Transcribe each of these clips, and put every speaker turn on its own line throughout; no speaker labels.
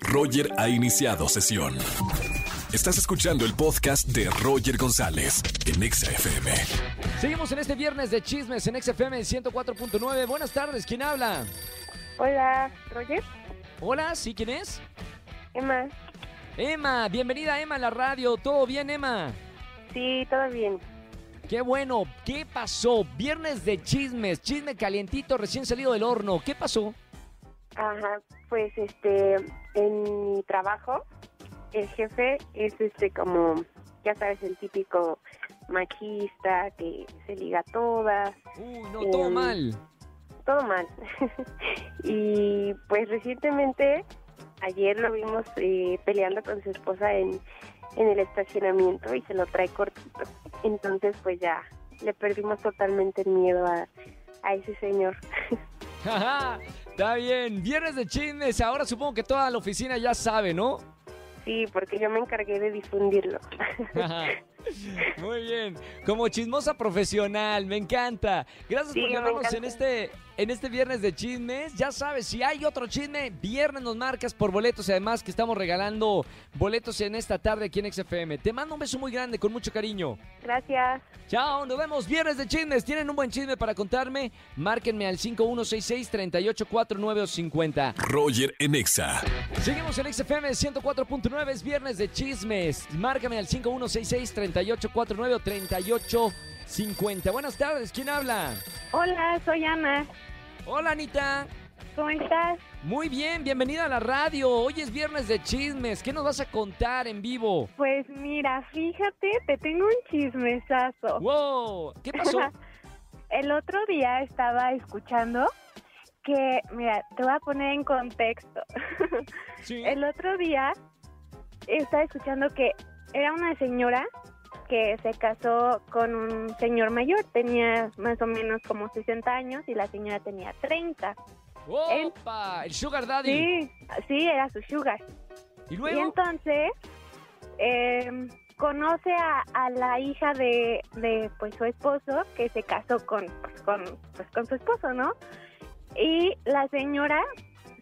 Roger ha iniciado sesión. Estás escuchando el podcast de Roger González en Exa FM.
Seguimos en este viernes de chismes en XFM 104.9. Buenas tardes, ¿quién habla?
Hola, Roger,
Hola, ¿sí quién es?
Emma.
Emma, bienvenida Emma a la radio. ¿Todo bien, Emma?
Sí, todo bien.
Qué bueno, ¿qué pasó? Viernes de chismes, chisme calientito, recién salido del horno. ¿Qué pasó?
Ajá, pues este, en mi trabajo, el jefe es este como, ya sabes, el típico machista que se liga a todas,
Uy, no, todo
Em,
mal.
todo mal. y pues recientemente, ayer lo vimos eh, peleando con su esposa en, en el estacionamiento y se lo trae cortito. Entonces pues ya le perdimos totalmente el miedo a, a ese señor.
Jaja, Está bien, viernes de chismes. Ahora supongo que toda la oficina ya sabe, ¿no?
Sí, porque yo me encargué de difundirlo.
Ajá. Muy bien, como chismosa profesional, me encanta. Gracias
Sí,
por
me
llamarnos en
encanta.
este, en este viernes de chismes. Ya sabes, si hay otro chisme, viernes nos marcas por boletos. y Además que estamos regalando boletos en esta tarde aquí en XFM. Te mando un beso muy grande, con mucho cariño.
Gracias.
Chao, nos vemos viernes de chismes. ¿Tienen un buen chisme para contarme? Márquenme al 5166-384950.
Roger en Exa.
Seguimos en XFM 104.9, es viernes de chismes. Márcame al 5166-3849 o 3850. Buenas tardes, ¿quién habla?
Hola, soy Ana.
Hola, Anita.
¿Cómo estás?
Muy bien, bienvenida a la radio. Hoy es viernes de chismes. ¿Qué nos vas a contar en vivo?
Pues mira, fíjate, te tengo un chismesazo.
¡Wow! ¿Qué pasó?
El otro día estaba escuchando que, mira, te voy a poner en contexto.
Sí.
El otro día estaba escuchando que era una señora que se casó con un señor mayor, tenía más o menos como 60 años y la señora tenía 30.
¡Opa! El Sugar Daddy.
Sí, sí, era su sugar.
¿Y
Y
luego?
entonces em, conoce a, a la hija de, de, pues su esposo que se casó con pues, con pues, con su esposo, ¿no? Y la señora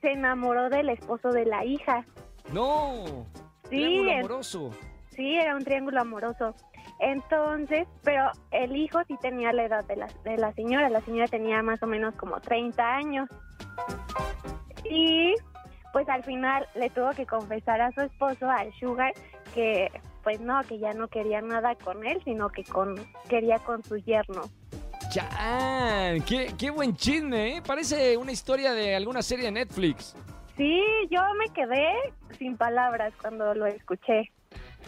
se enamoró del esposo de la hija.
¡No!
Sí,
Triángulo
en-
amoroso.
sí, era un triángulo amoroso. Entonces, pero el hijo sí tenía la edad de la, de la señora. La señora tenía más o menos como 30 años. Y pues al final le tuvo que confesar a su esposo, al Sugar, que pues no, que ya no quería nada con él, sino que con, quería con su yerno.
¡Chan! ¡Qué, qué buen chisme, eh! Parece una historia de alguna serie de Netflix.
Sí, yo me quedé sin palabras cuando lo escuché.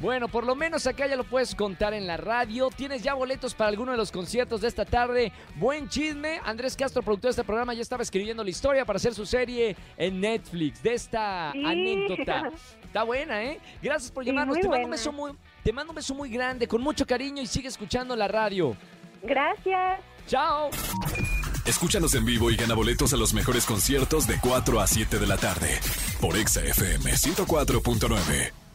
Bueno, por lo menos acá ya lo puedes contar en la radio. Tienes ya boletos para alguno de los conciertos de esta tarde. Buen chisme. Andrés Castro, productor de este programa, ya estaba escribiendo la historia para hacer su serie en Netflix de esta
Sí.
anécdota. Está buena, ¿eh? Gracias por
Sí,
llamarnos.
muy
te, mando un
buena.
beso muy, te mando un beso muy grande, con mucho cariño y sigue escuchando la radio.
Gracias.
¡Chao!
Escúchanos en vivo y gana boletos a los mejores conciertos de 4 a 7 de la tarde por Exa FM 104.9.